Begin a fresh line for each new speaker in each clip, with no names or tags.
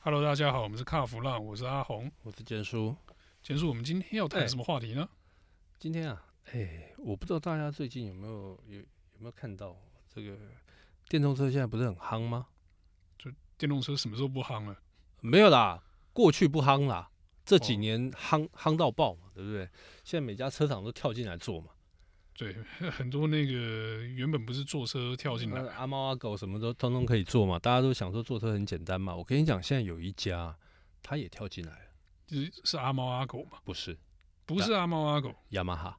Hello，大家好，我们是卡弗浪，我是阿红。
我是简叔。
简述我们今天要谈
哎
什么话题呢？
今天啊，哎，我不知道大家最近有没有有有没有看到这个电动车现在不是很夯吗？
电动车什么时候不夯了？
没有啦，过去不夯啦，这几
哦
年夯、夯到爆嘛，对不对？现在每家车厂都跳进来做嘛，
对， 很多那个原本不是坐车跳进来，
呃阿猫阿狗什么都通通可以做嘛，大家都想说坐车很简单嘛。我跟你讲，现在有一家他也跳进来了，
就是是阿猫阿狗嘛，
不是
不是阿猫阿狗。
雅马哈，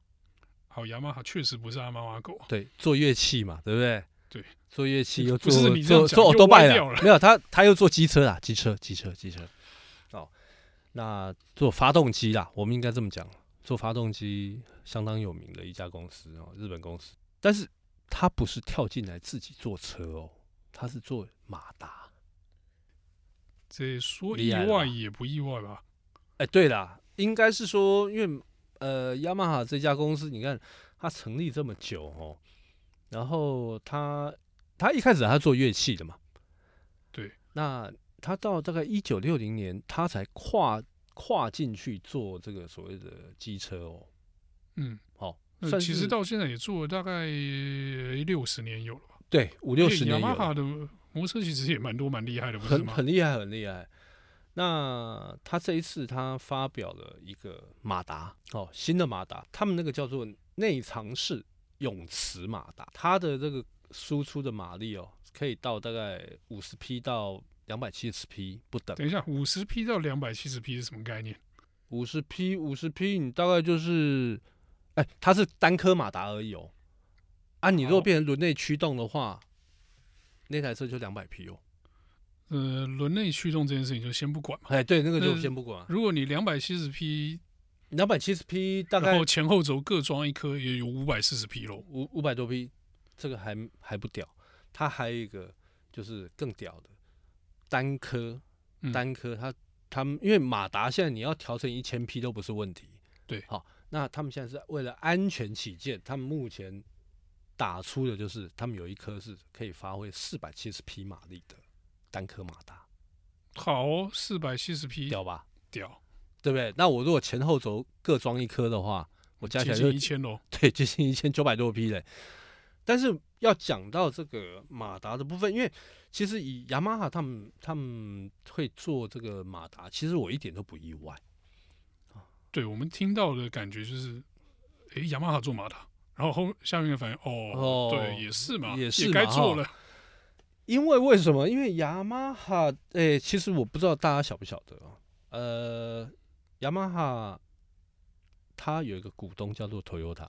好，雅马哈确实不是阿猫阿狗，
对，做乐器嘛，对不对？
对，
做乐器又
不
做
是你这样
做
讲
做
又
欧多
歪
拜
掉了
没有他他又做机车啦，机车机车机车，哦，那做发动机啦，我们应该这么讲，做发动机相当有名的一家公司哦，日本公司，但是他不是跳进来自己做车哦，他是做马达。
这说
厉
意
害了
外
吧
也不意外吧？
哎，对啦，应该是说，因为呃，雅马哈这家公司，你看它成立这么久哦，然后它它一开始它做乐器的嘛，
对，
那它到大概一九六零年，它才跨跨进去做这个所谓的机车哦，
嗯，
哦，
那
算
其实
是
到现在也做了大概六十年有了吧？
对五六
而且
十
雅
年有
马
了
哈的摩托车其实也蛮多蛮厉害的，不是
很
吗？
很厉害，很厉害。那他这一次他发表了一个马达哦，新的马达，他们那个叫做内藏式永磁马达，它的这个输出的马力哦，可以到大概五十匹到两百七十匹不等。
等一下，五十匹到两百七十匹是什么概念？
五十匹，五十匹，你大概就是，哎，它是单颗马达而已哦。啊，你如
好
果变成轮内驱动的话，那台车就两百匹哦。
呃，轮内驱动这件事情就先不管嘛。
哎，对，那个就
那
先不管，
如果你两百七十匹，
两百七十匹大概
然后前后轴各装一颗，也有五百四十匹喽。
五五百多匹，这个还还不屌，它还有一个就是更屌的单颗
嗯，
单颗它他们因为马达现在你要调成一千匹都不是问题，
对
好，那他们现在是为了安全起见，他们目前打出的就是他们有一颗是可以发挥四百七十匹马力的单颗马达，
好、哦，四百七十匹，
屌吧？
屌，
对不对？那我如果前后轴各装一颗的话，我加起
接
来就
近一千喽。
对，接近一千九百多匹嘞。但是要讲到这个马达的部分，因为其实以雅马哈他们他们会做这个马达，其实我一点都不意外。
对我们听到的感觉就是，诶，雅马哈做马达，然后后下面的反应，哦，
哦
对，也是嘛，
也
也
是嘛
该做 了。
因为为什么？因为雅马哈，诶、其实我不知道大家晓不晓得啊。呃，雅马哈它有一个股东叫做 Toyota，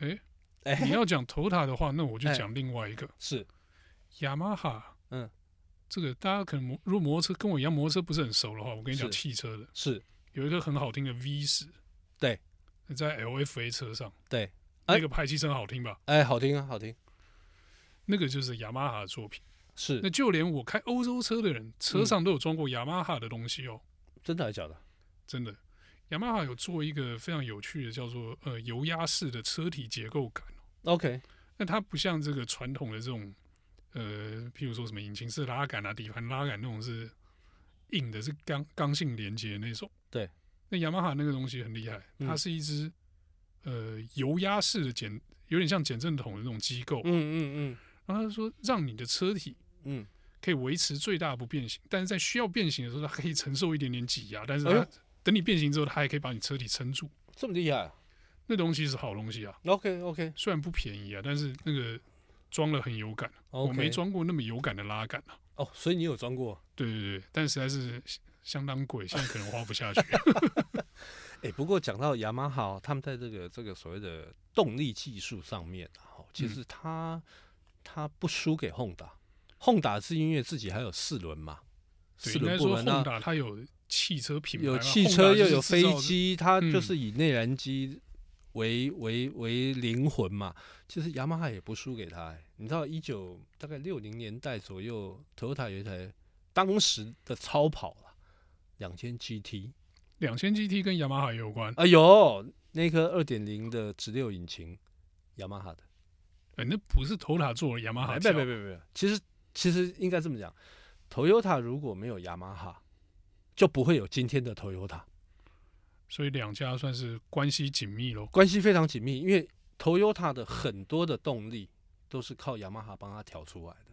诶，
哎、
你要讲头塔的话，那我就
哎
讲另外一个
是
雅马哈。
嗯，
这个大家可能摩如果摩托车跟我一样，摩托车不是很熟的话，我跟你讲
是
汽车的
是，
有一个很好听的 V 十，
对，
在 LFA 车上，
对，哎
那个排气声好听吧？
哎、好听啊，好听，
那个就是雅马哈的作品。
是嗯
那就连我开欧洲车的人，车上都有装过雅马哈的东西哦，
真的还是假的？
真的。雅马哈有做一个非常有趣的，叫做呃油压式的车体结构感哦。
OK，
那它不像这个传统的这种，呃，譬如说什么引擎式拉杆啊、底盘拉杆那种是硬的，是刚刚性连接那种。
对。
那雅马哈那个东西很厉害，
嗯
它是一只、呃油压式的减，有点像减震筒的那种机构。
嗯嗯
然后他说，让你的车体
嗯
可以维持最大不变形，但是在需要变形的时候，它可以承受一点点挤压，但是它、
哎呦
等你变形之后，它还可以把你车体撑住。
嗯，这么厉害、啊、
那东西是好东西啊，
？OK OK，
虽然不便宜啊，但是那个装了很有感。啊我没
OK
装过那么有感的拉杆啊。
哦，所以你有装过？
对对对，但实在是相当贵，现在可能花不 下去。
哎、不过讲到雅马哈哦，他们在这个这个所谓的动力技术上面啊，哦其
嗯
实它、它不输给 Honda。Honda 是因为自己还有四轮嘛，
对，
四
应该
轮部
说
门那
Honda 它有汽车品牌嘛，
有汽车
Honda
又
就是
有
制
飞
造的，
机，它
嗯
就是以内燃机为为为灵魂嘛。其实雅马哈也不输给它、哎你知道一九大概六零年代左右，Toyota 有一台当时的超跑啦，两千 GT。
两千 GT 跟雅马哈也有关。
啊，有那颗二点零的直六引擎，雅马哈的。
哎、那不是头塔做的雅马哈
哎，
调，
别别别别，其实其实应该这么讲， Toyota 如果没有雅马哈，就不会有今天的 Toyota。
所以两家算是关系紧密咯。
关系非常紧密，因为 Toyota 的很多的动力都是靠雅马哈帮他调出来的。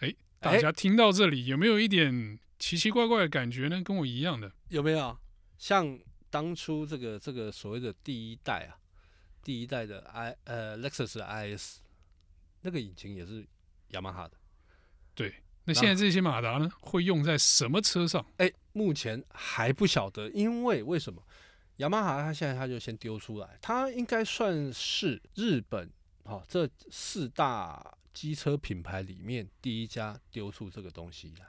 哎，
哎
大家听到这里有没有一点奇奇怪怪的感觉呢？跟我一样的，
有没有？像当初这个这个所谓的第一代啊，第一代的 i 呃 Lexus 的 IS 那个引擎也是雅马哈的。
对。那现在这些马达呢，会用在什么车上？
哎，目前还不晓得，因为为什么？雅马哈它现在它就先丢出来，它应该算是日本好、这四大机车品牌里面第一家丢出这个东西来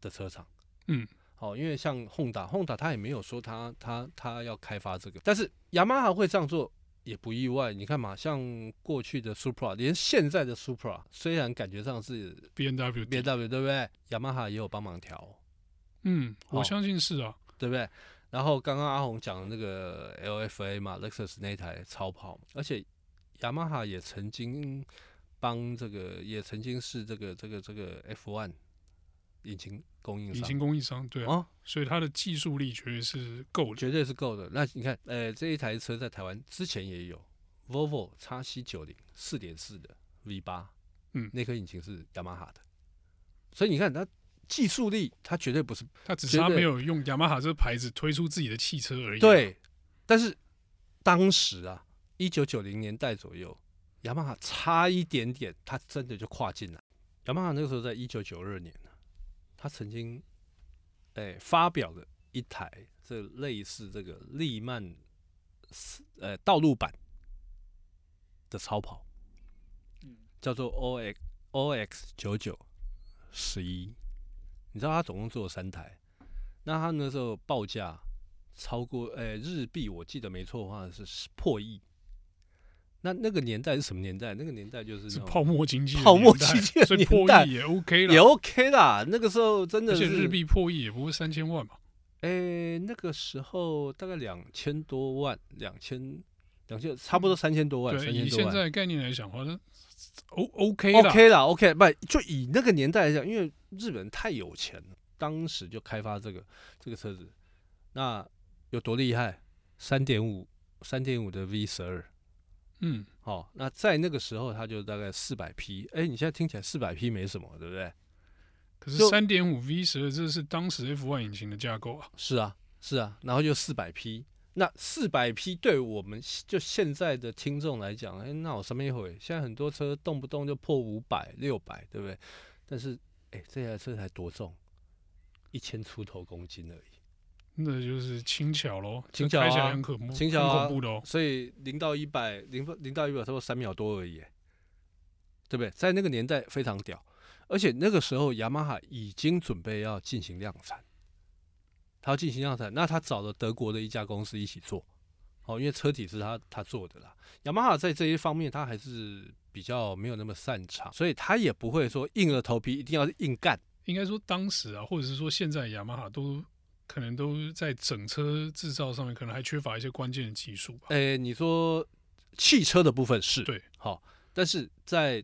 的车厂。
嗯，
好、因为像 Honda，Honda 它也没有说它它它要开发这个，但是雅马哈会这样做也不意外。你看嘛，像过去的 Supra，连现在的 Supra，虽然感觉上是
B N W
B W 对不对？雅马哈也有帮忙调哦、
嗯，
哦
我相信是啊。
对不对？然后刚刚阿红讲的那个 LFA 嘛，Lexus 那一台超跑，而且雅马哈也曾经帮这个，也曾经是这个这个这个 F1 引擎供应
引
商
擎供应商对、啊，
哦，
所以它的技术力绝对是够的。
绝对是够的。那你看，呃，这一台车在台湾之前也有 Volvo x C 九零四点四的 V 八，
嗯
那颗引擎是雅马哈的，所以你看它技术力，它绝对不是
它只是它
绝对
没有用雅马哈这个牌子推出自己的汽车而已。，啊
对，但是当时啊，一九九零年代左右，雅马哈差一点点，它真的就跨进来。雅马哈那个时候在一九九二年呢，它曾经哎、发表了一台这类似这个利曼斯呃道路版的超跑，叫做 O X O X 九九十一。你知道它总共做了三台，那它那时候报价超过呃日币，我记得没错的话是是破亿。那那个年代是什么年代？那个年代就是
是
那种
泡沫经济的
泡沫
年代啊
经济的
所以
年
破
代
亿也 OK
也
了。
OK 啦。那个时候真的
而且
是
日，币破亿也不会三千万吧？
哎、那个时候大概两千多万，两千两千差不多三千多万，
嗯对，
三千
以
多
现
万。
在概念来讲，好像 O 哦 OK 啦。
OK 啦，OK，不就以那个年代来讲，因为日本人太有钱了，当时就开发这个这个车子，那有多厉害？三点五三点五的 V 十二，
嗯，
哦，那在那个时候它就大概四百匹，哎，你现在听起来四百匹没什么，对不对？
可是
就
三点五 V 十二这是当时 F1 引擎的架构啊。
是啊，是啊，然后就四百匹。那四百匹对我们就现在的听众来讲，哎，那我什么一会？现在很多车动不动就破五百、六百，对不对？但是，哎，这台车才多重？一千出头公斤而已。
那就是轻巧喽，
轻
这
巧啊
开起来很恐怖，
轻巧啊
很恐怖的哦。
所以零到一百，零零到一百，差不多三秒多而已，哎对不对？在那个年代非常屌，而且那个时候雅马哈已经准备要进行量产，他要进行量产，那他找了德国的一家公司一起做，哦，因为车体是他他做的啦。雅马哈在这一方面他还是比较没有那么擅长，所以他也不会说硬着头皮一定要硬干。
应该说当时啊，或者是说现在雅马哈都可能都在整车制造上面，可能还缺乏一些关键的技术吧。
诶，你说汽车的部分是
对，
好，但是在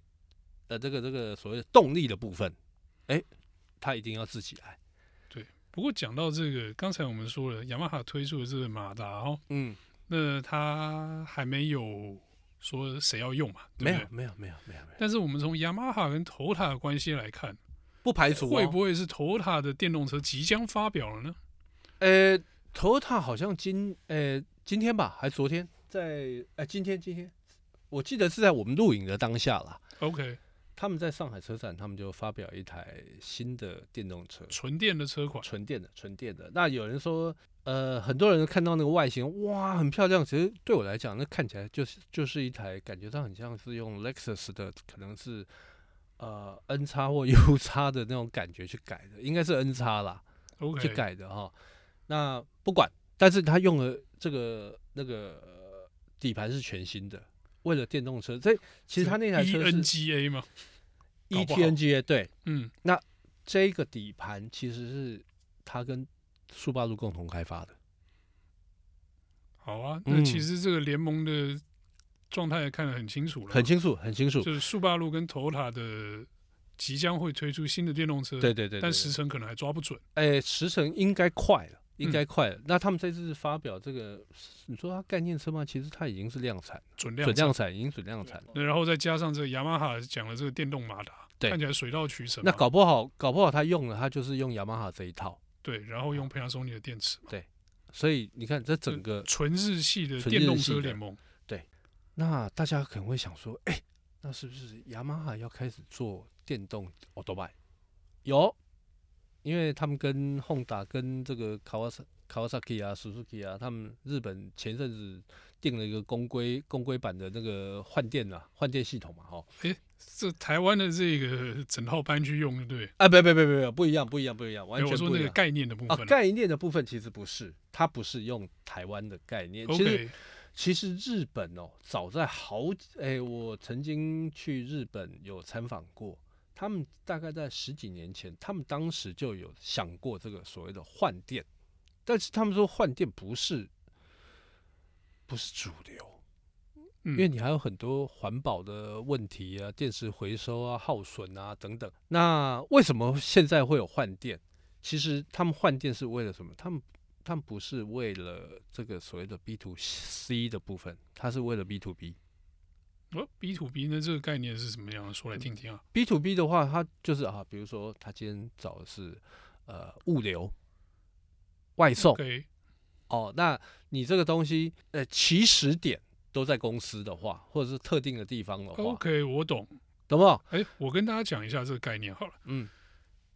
呃这个这个所谓的动力的部分，诶，它一定要自己来。
不过讲到这个，刚才我们说了，雅马哈推出的这个马达哦，
嗯，
那它还没有说谁要用嘛，对
没
不
有
对？
没有没有没有没有，
但是我们从雅马哈跟 Toyota 的关系来看，
不排除、哦、
会不会是 Toyota 的电动车即将发表了呢？
呃，Toyota 好像今呃今天吧，还昨天在呃今天今天，我记得是在我们录影的当下啦。
OK，
他们在上海车展，他们就发表一台新的电动车，
纯电的车款，
纯电的，纯电的。那有人说，呃，很多人看到那个外形，哇，很漂亮。其实对我来讲，那看起来就是就是一台感觉上很像是用 Lexus 的，可能是呃 N 叉或 U 叉的那种感觉去改的，应该是 N 叉啦
OK，
去改的哈。那不管，但是他用了这个那个、呃底盘是全新的，为了电动车，所以其实他那台
E
车是 E
ENGA 嘛，搞不好
ETNGA 对，
嗯，
这个底盘其实是他跟速霸陆共同开发的。
好啊。
嗯
那其实这个联盟的状态看得很清楚了嘛，啊
很清楚，很清楚。
就是速霸陆跟 Toyota 的即将会推出新的电动车，
对对对，
但
对
时程可能还抓不准。
哎，时程应该快了，应
嗯
该快了。那他们这次发表这个，你说它概念车吗？其实它已经是量产，
准量
准
产
量产，已经准量产了。
那然后再加上这个雅马哈讲的这个电动马达，
对
看起来水到渠成啊嘛。
那搞不好，搞不好他用了，他就是用雅马哈这一套。
对，然后用培养索尼的电池嘛，
所以你看，这整个
纯日系的
纯
电
日
动
系
车
的
联盟，
那大家可能会想说，哎、那是不是雅马哈要开始做电动 a u t o b i 有，因为他们跟 Honda、跟这个 Kawasa- Kawasaki 啊、Suzuki 啊，他们日本前阵子定了一个公规公规版的那个换电啊，换电系统嘛，哈。
这台湾的这个整套搬去用，对不对？
啊，不不不不不，不一样，不一样，不一样，
没
完
有
全
我说
不
那
一
个
样。
概念的部
啊，
分啊。
概念的部分其实不是，它不是用台湾的概念。其实
OK，
其实日本哦，早在好几哎，我曾经去日本有参访过，他们大概在十几年前，他们当时就有想过这个所谓的换电，但是他们说换电不是不是主流，
嗯
因为你还有很多环保的问题啊，电池回收啊、耗损啊等等。那为什么现在会有换电？其实他们换电是为了什么？他们他们不是为了这个所谓的 B to C 的部分，它是为了 B to B。
哦，B to B 呢这个概念是什么样的？说来听听啊。
B to B 的话，它就是啊，比如说他今天找的是呃物流、外送
OK，
哦，那你这个东西呃起始点都在公司的话，或者是特定的地方的话，
OK，我懂。
懂不懂？
哎，我跟大家讲一下这个概念好了。
嗯，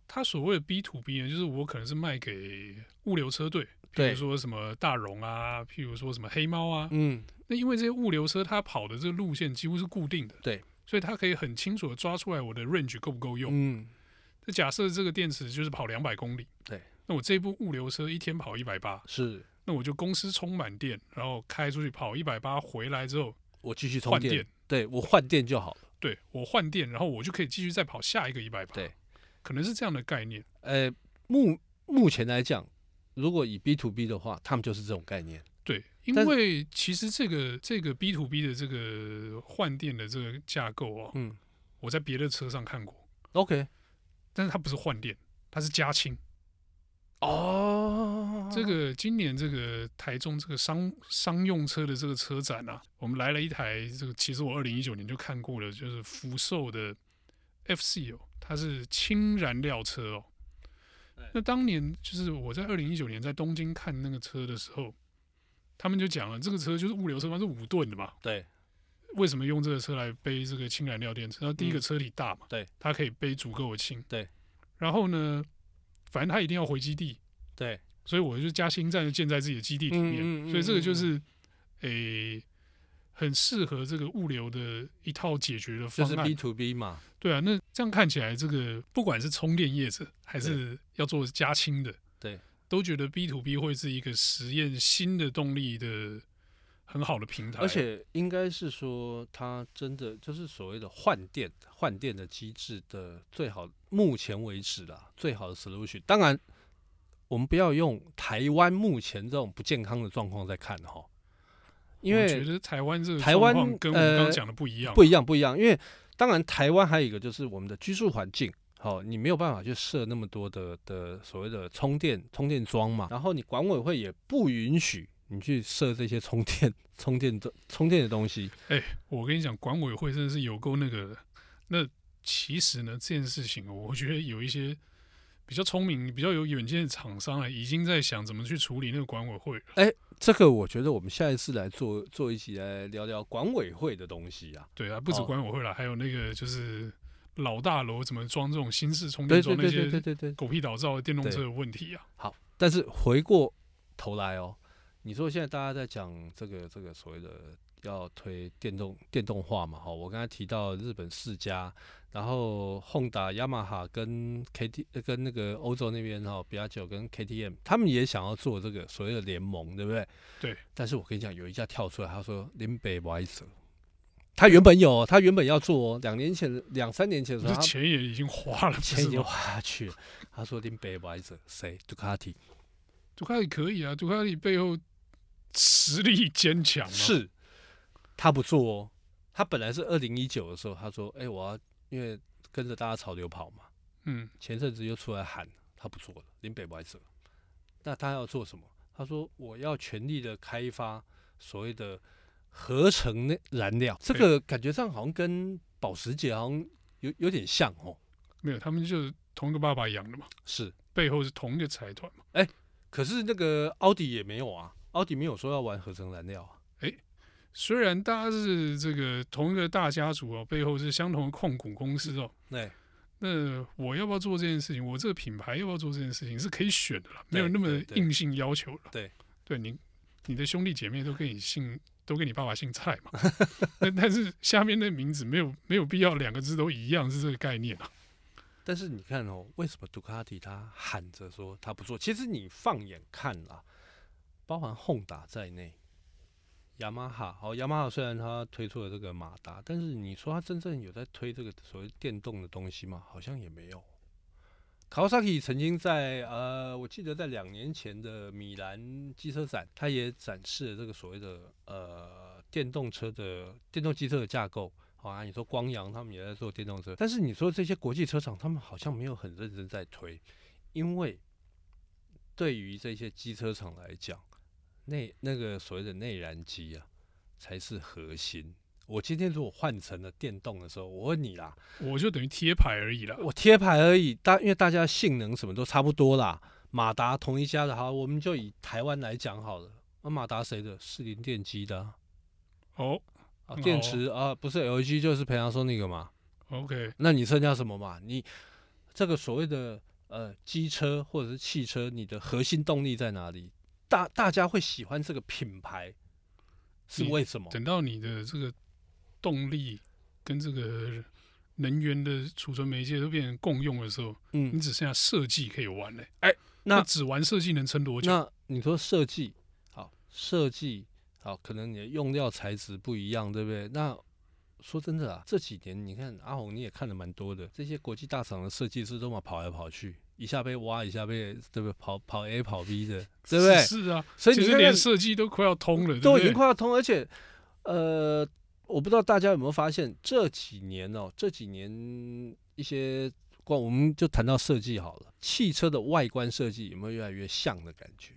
它所谓的 B to B 呢，就是我可能是卖给物流车队，譬
对
如说什么大荣啊，譬如说什么黑猫啊。
嗯，
那因为这些物流车它跑的这个路线几乎是固定的，
对，
所以它可以很清楚的抓出来我的 range 够不够用。
嗯，
那假设这个电池就是跑两百公里，
对，
那我这部物流车一天跑一百八，
是
那我就公司充满电，然后开出去跑一百八，回来之后
我继续充
换
电，
电，
对我换电就好了。
对我换电，然后我就可以继续再跑下一个一百八。
对，
可能是这样的概念。
呃，目目前来讲，如果以 B to B 的话，他们就是这种概念。
对，因
但是
为其实这个这个 B to B 的这个换电的这个架构哦，
嗯
我在别的车上看过，
，OK，
但是它不是换电，它是加氢。
哦，
这个今年这个台中这个商商用车的这个车展啊，我们来了一台这个，其实我二零一九年就看过了，就是福寿的 FC 哦，它是氢燃料车哦。那当年就是我在二零一九年在东京看那个车的时候，他们就讲了，这个车就是物流车嘛，是五吨的嘛，
对
为什么用这个车来背这个氢燃料电池？那第一个
嗯
车体大嘛，
对，
它可以背足够的氢，
对。
然后呢，反正它一定要回基地，
对，
所以我就加氢站就建在自己的基地里面，
嗯嗯嗯
所以这个就是诶、很适合这个物流的一套解决的
就
方
是
案。
B to B 嘛，
对啊，那这样看起来，这个不管是充电业者还是要做加氢的，
对，
都觉得 B to B 会是一个实验新的动力的很好的平台，
而且应该是说，它真的就是所谓的换电换电的机制的最好，目前为止啦，最好的 solution。当然，我们不要用台湾目前这种不健康的状况在看哈，因
我觉
为
得台湾这个
台湾
状况跟我们刚刚
呃
讲的不一样，
不一样不一样，因为当然台湾还有一个就是我们的居住环境。好、你没有办法去设那么多的的所谓的充电充电桩嘛，然后你管委会也不允许你去设这些充电 充电的充电的东西。
我跟你讲，管委会真的是有够那个的。那其实呢，这件事情哦，我觉得有一些比较聪明、比较有远见的厂商啊，已经在想怎么去处理那个管委会了。
这个我觉得我们下一次来做做一起来聊聊管委会的东西啊。
对啊，不止
哦
管委会了，还有那个就是老大楼怎么装这种新式充
对
电桩
对对
那
对对
些
对对。
狗屁倒灶的电动
对
车的问题啊。
好，但是回过头来哦，你说现在大家在讲这个这个所谓的要推电动电动化嘛？哈、哦我刚才提到日本世家，然后 Honda、雅马哈跟 KT 呃跟那个欧洲那边哈、比亚九跟 KTM，他们也想要做这个所谓的联盟，对不对？
对。
但是我跟你讲，有一家跳出来，他说林北不爱走。他原本有哦，他原本要做哦，两年前、两三年前的时
这
候，他
钱也已经花 了，不
钱已
是
经
吗？
花下去了。他说林北不爱走，谁？杜卡迪。
杜卡迪可以啊，杜卡迪背后实力坚强啊。
是，他不做哦。他本来是二零一九的时候，他说：“哎、我要因为跟着大家潮流跑嘛。
嗯
前阵子又出来喊他不做了，林北不爱做了，那他要做什么？他说我要全力的开发所谓的合成那燃料，这个感觉上好像跟保时捷好像有有点像哦。
没有，他们就是同一个爸爸养的嘛，
是，
背后是同一个财团嘛。
可是那个奥迪也没有啊，奥迪没有说要玩合成燃料啊。
虽然大家是这个同一个大家族哦，背后是相同的控股公司哦，
对，
那我要不要做这件事情？我这个品牌要不要做这件事情是可以选的啦，没有
对
那么
对对
硬性要求了。
对，
对你你的兄弟姐妹都跟你姓，都跟你爸爸姓蔡 嘛。那但是下面那名字没有没有必要两个字都一样是这个概念啊。
但是你看哦，为什么杜卡迪他喊着说他不做？其实你放眼看啦，包含 Honda 在内，雅马哈，好，雅马哈虽然它推出了这个马达，但是你说它真正有在推这个所谓电动的东西吗？好像也没有。Kawasaki 曾经在呃，我记得在两年前的米兰机车展，它也展示了这个所谓的呃电动车的电动机车的架构。好啊，你说光阳他们也在做电动车，但是你说这些国际车厂，他们好像没有很认真在推，因为对于这些机车厂来讲，内那个所谓的内燃机啊，才是核心。我今天如果换成了电动的时候，我问你啦，
我就等于贴牌而已啦。
我贴牌而已，大因为大家性能什么都差不多啦。马达同一家的，好，我们就以台湾来讲好了。那、马达谁的？士林电机的啊，
哦
啊
嗯
电池啊，不是 LG 就是培扬说那个嘛。
，OK，
那你剩下什么嘛？你这个所谓的呃机车或者是汽车，你的核心动力在哪里？大大家会喜欢这个品牌是
你
为什么？
等到你的这个动力跟这个能源的储存媒介都变成共用的时候，你
嗯，
只剩下设计可以玩嘞、
哎那
只玩设计能撑多久？
那你说设计好，设计好，可能你的用料材质不一样，对不对？那说真的啊，这几年你看阿红你也看的蛮多的，这些国际大厂的设计师都嘛跑来跑去，一下被挖，一下被对不对？跑跑 A 跑 B 的，对不对？
是是啊，
所以
其
你
实
看
连
看
设计都快要通了，对
都已经
不对？
快要通，而且呃，我不知道大家有没有发现，这几年哦，这几年一些光我们就谈到设计好了，汽车的外观设计有没有越来越像的感觉？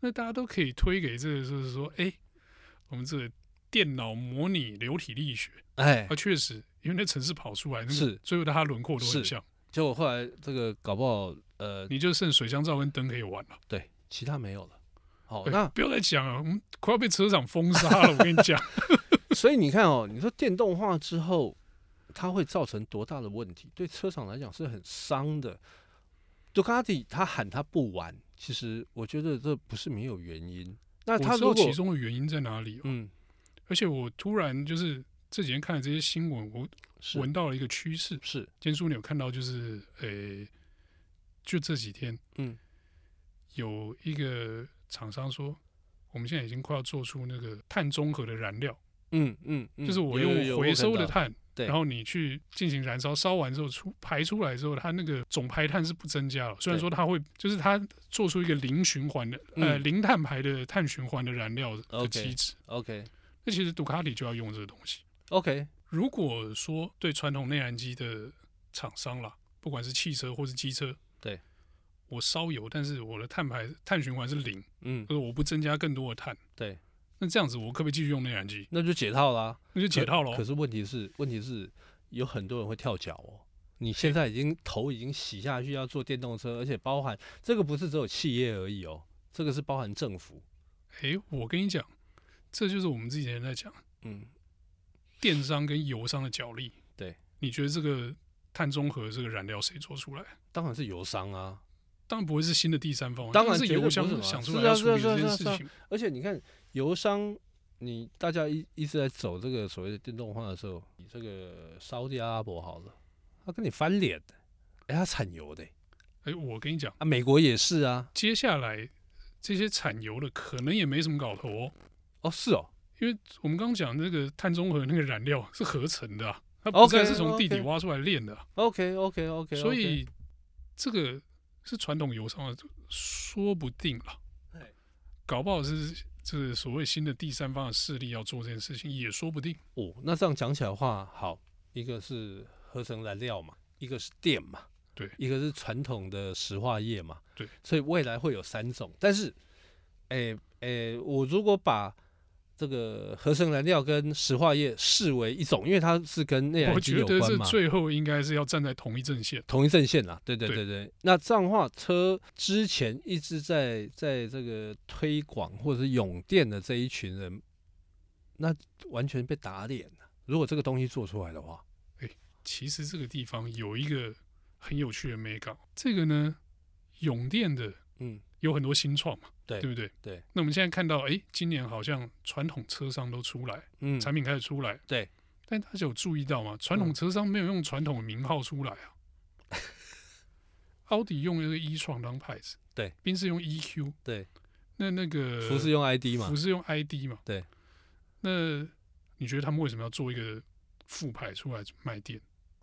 那大家都可以推给这个，就是说，哎、我们这个电脑模拟流体力学
哎
啊，，确实，因为那城市跑出来，那个
是
最后的它轮廓都很
是
像，
结果后来这个搞不好呃，
你就剩水箱罩跟灯可以玩了。
对，其他没有了。好，
哎
哦那
不要再讲了，我们快要被车厂封杀了。我跟你讲，
所以你看哦，你说电动化之后，它会造成多大的问题？对车厂来讲是很伤的。杜卡迪他喊他不玩，其实我觉得这不是没有原因。 那他
我知
如
道
果
其中的原因在哪里哦、
嗯
而且我突然就是这几天看了这些新闻，我
是
闻到了一个趋势。
是
坚叔，你有看到就是，呃、就这几天，
嗯
有一个厂商说，我们现在已经快要做出那个碳中和的燃料，
嗯嗯嗯，
就是我
有有有
用回收的
我看到
碳，
对
然后你去进行燃烧，烧完之后出排出来之后，它那个总排碳是不增加了。虽然
对
说它会，就是它做出一个零循环的，呃，
嗯
零碳排的碳循环的燃料的
OK
机制。
OK
那其实杜卡迪就要用这个东西。
OK
如果说对传统内燃机的厂商啦，不管是汽车或是机车，
对
我烧油，但是我的碳排碳循环是零，
嗯
就是我不增加更多的碳。
对，
那这样子我可不可以继续用内燃机？
那就解套啦。
那就解套喽
可。是问题是，问题是有很多人会跳脚哦。你现在已经头已经洗下去，要做电动车，而且包含这个不是只有企业而已哦，这个是包含政府。
诶，我跟你讲，这就是我们之前在讲
嗯，
电商跟油商的角力。
对，
你觉得这个碳中和这个燃料谁做出来？
当然是油商啊。
当然不会是新的第三方啊，
当然
这是
绝对
油
不是
商
嘛
想出
是
来
啊
要处理
是
这
啊
件
是啊
事
是啊
情。
而且你看油商，你大家一一直在走这个所谓的电动化的时候，你这个沙特阿拉伯好了，他跟你翻脸，哎，他产油的、
诶，我跟你讲，
啊，美国也是啊。
接下来这些产油的可能也没什么搞头哦。
哦，是哦，
我们刚刚讲那个碳中和那个燃料是合成的、啊，它不
OK，
再是从地底
OK
挖出来炼的啊、
OK OK OK，
所以这个是传统油商的，说不定了
哎，
搞不好是这个所谓新的第三方的势力要做这件事情也说不定。
哦，那这样讲起来的话，好，一个是合成燃料嘛，一个是电嘛，
对
一个是传统的石化业嘛，
对，
所以未来会有三种。但是，诶、诶、我如果把这个合成燃料跟石化业视为一种，因为它是跟内
我
燃机
觉
有
得
关
这
嘛，
最后应该是要站在同一阵线。
同一阵线啦，对对
对
对对。那这样的话，车之前一直在在这个推广或者是涌电的这一群人，那完全被打脸了。如果这个东西做出来的话，
其实这个地方有一个很有趣的美感，这个呢，永电的
嗯，
有很多新创嘛，
对
对不对？
对。
那我们现在看到，哎，今年好像传统车商都出来，
嗯，
产品开始出来，
对。嗯
但大家有注意到吗？传统车商没有用传统的名号出来 啊。奥迪用那个一创当牌子，
对，
宾士用 EQ，
对，
那那个
服饰用 ID 嘛
服，饰用 ID 嘛，
对。
那你觉得他们为什么要做一个副牌出来卖电？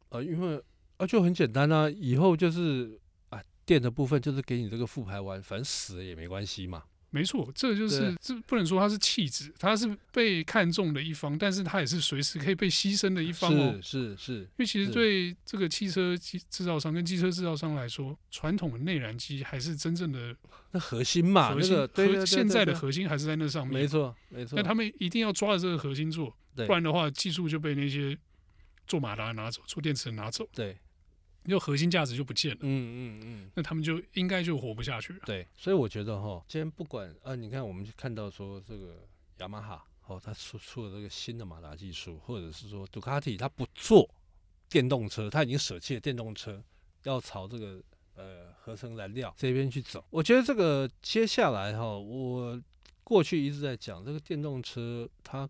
呃，因为啊就很简单啊，以后就是啊电的部分就是给你这个复牌玩，反正死了也没关系嘛。
没错，这个就是
对
这不能说它是弃子，它是被看中的一方，但是它也是随时可以被牺牲的一方哦。
是是是，
因为其实
是
对这个汽车机制造商跟机车制造商来说，传统的内燃机还是真正的
那核心嘛，
核
啊那
心，
个对对
核
对
现在的
对
核心还是在那上
没
面。
错没错
那，他们一定要抓着这个核心做，
对
不然的话，技术就被那些做马达的拿走、做电池的拿走，
对，
那核心价值就不见了。
嗯嗯嗯。
那他们就应该就活不下去了。
对，啊所以我觉得哈，今天不管啊，你看我们就看到说这个雅马哈哦，它出出了这个新的马达技术，或者是说杜卡迪它不做电动车，它已经舍弃了电动车，要朝这个呃合成燃料这边去走。我觉得这个接下来哈，我过去一直在讲这个电动车，它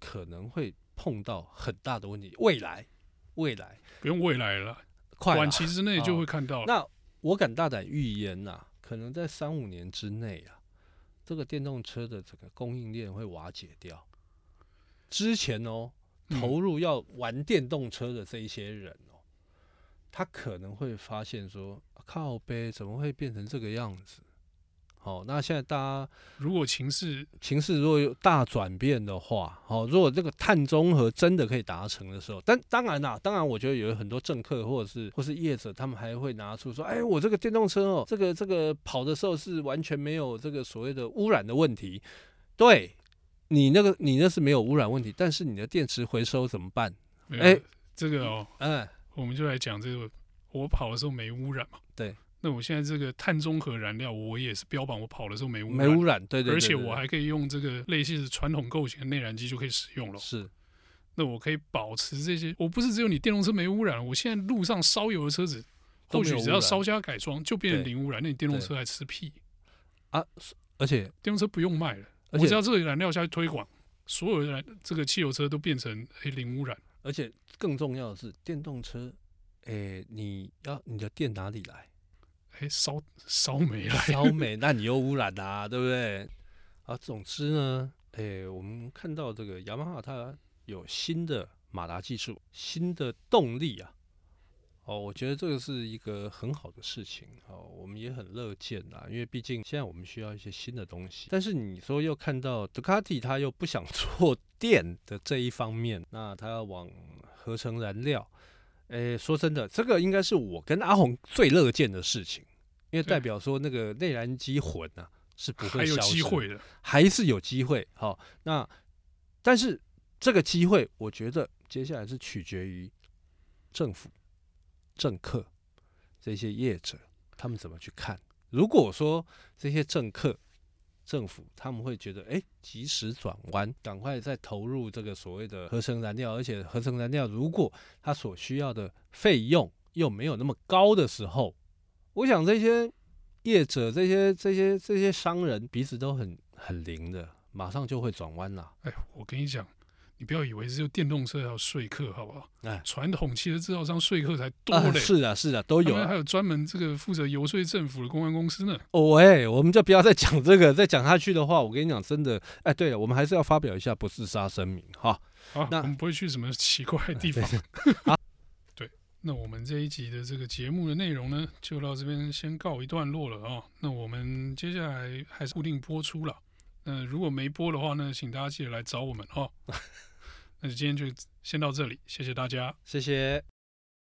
可能会碰到很大的问题，未来未来
不用未来了，
快了
短期之内就
哦
会看到了。
那我敢大胆预言呐、可能在三五年之内啊，这个电动车的这个供应链会瓦解掉。之前哦，
嗯
投入要玩电动车的这一些人哦，他可能会发现说，啊靠呗，怎么会变成这个样子？好，那现在大家
如果情势
情势如果有大转变的话，哦，如果这个碳中和真的可以达成的时候，但当然啦、当然我觉得有很多政客或者是或是业者，他们还会拿出说，哎，我这个电动车哦，这个这个跑的时候是完全没有这个所谓的污染的问题，对。你那个，你那是没有污染问题，但是你的电池回收怎么办？
哎
哎，
这个哦，
嗯，
我们就来讲这个，我跑的时候没污染嘛。
对。
那我现在这个碳中和燃料，我也是标榜我跑的时候没污染，
没污染，对对对
而且
对
我还可以用这个类似传统构型的内燃机就可以使用了。
是
那我可以保持这些，我不是只有你电动车没污染，我现在路上烧油的车子，
都
或
没有
许只
污
要
染
稍加改装就变成
对
零污染，那你电动
对
车还吃屁？
啊，而且
电动车不用卖了，我
而
只
且
要这个燃料下去推广，所有的燃这个汽油车都变成诶零污染。
而且更重要的是，电动车，哎，你要你的电哪里来？
哎，烧烧没了，
烧煤，那你又污染啦、对不对？啊，总之呢，诶，我们看到这个雅马哈它有新的马达技术，新的动力啊。哦，我觉得这个是一个很好的事情哦，我们也很乐见啦，因为毕竟现在我们需要一些新的东西。但是你说又看到杜卡迪它又不想 做电的这一方面，那它要往合成燃料，诶，说真的，这个应该是我跟阿红最乐见的事情，因为
对
代表说那个内燃机混啊是不
还
会
有
消失，
机会的。
还是有机会。好、那但是这个机会，我觉得接下来是取决于政府、政客这些业者他们怎么去看。如果说这些政客、政府他们会觉得，哎，及时转弯，赶快再投入这个所谓的合成燃料，而且合成燃料如果它所需要的费用又没有那么高的时候，我想这些业者、这些、这些、这些商人鼻子都很很灵的，马上就会转弯啦。
哎，我跟你讲，你不要以为只有电动车还有说客，好不好？
哎
传统汽车制造商说客才多
啊，
嘞，
是啊，是啊，都
他
有
们还
啊。
有专门这个负责游说政府的公关公司呢。
哦喂，我们就不要再讲这个，再讲下去的话，我跟你讲，真的，哎，对了，我们还是要发表一下不自杀声明哈。
啊，
那哎
我们不会去什么奇怪的地方。
好
对，那我们这一集的这个节目的内容呢，就到这边先告一段落了啊、那我们接下来还是固定播出了。那如果没播的话呢，请大啊 家记得来找我们哦。那今天就先到这里，谢谢大家。
谢谢。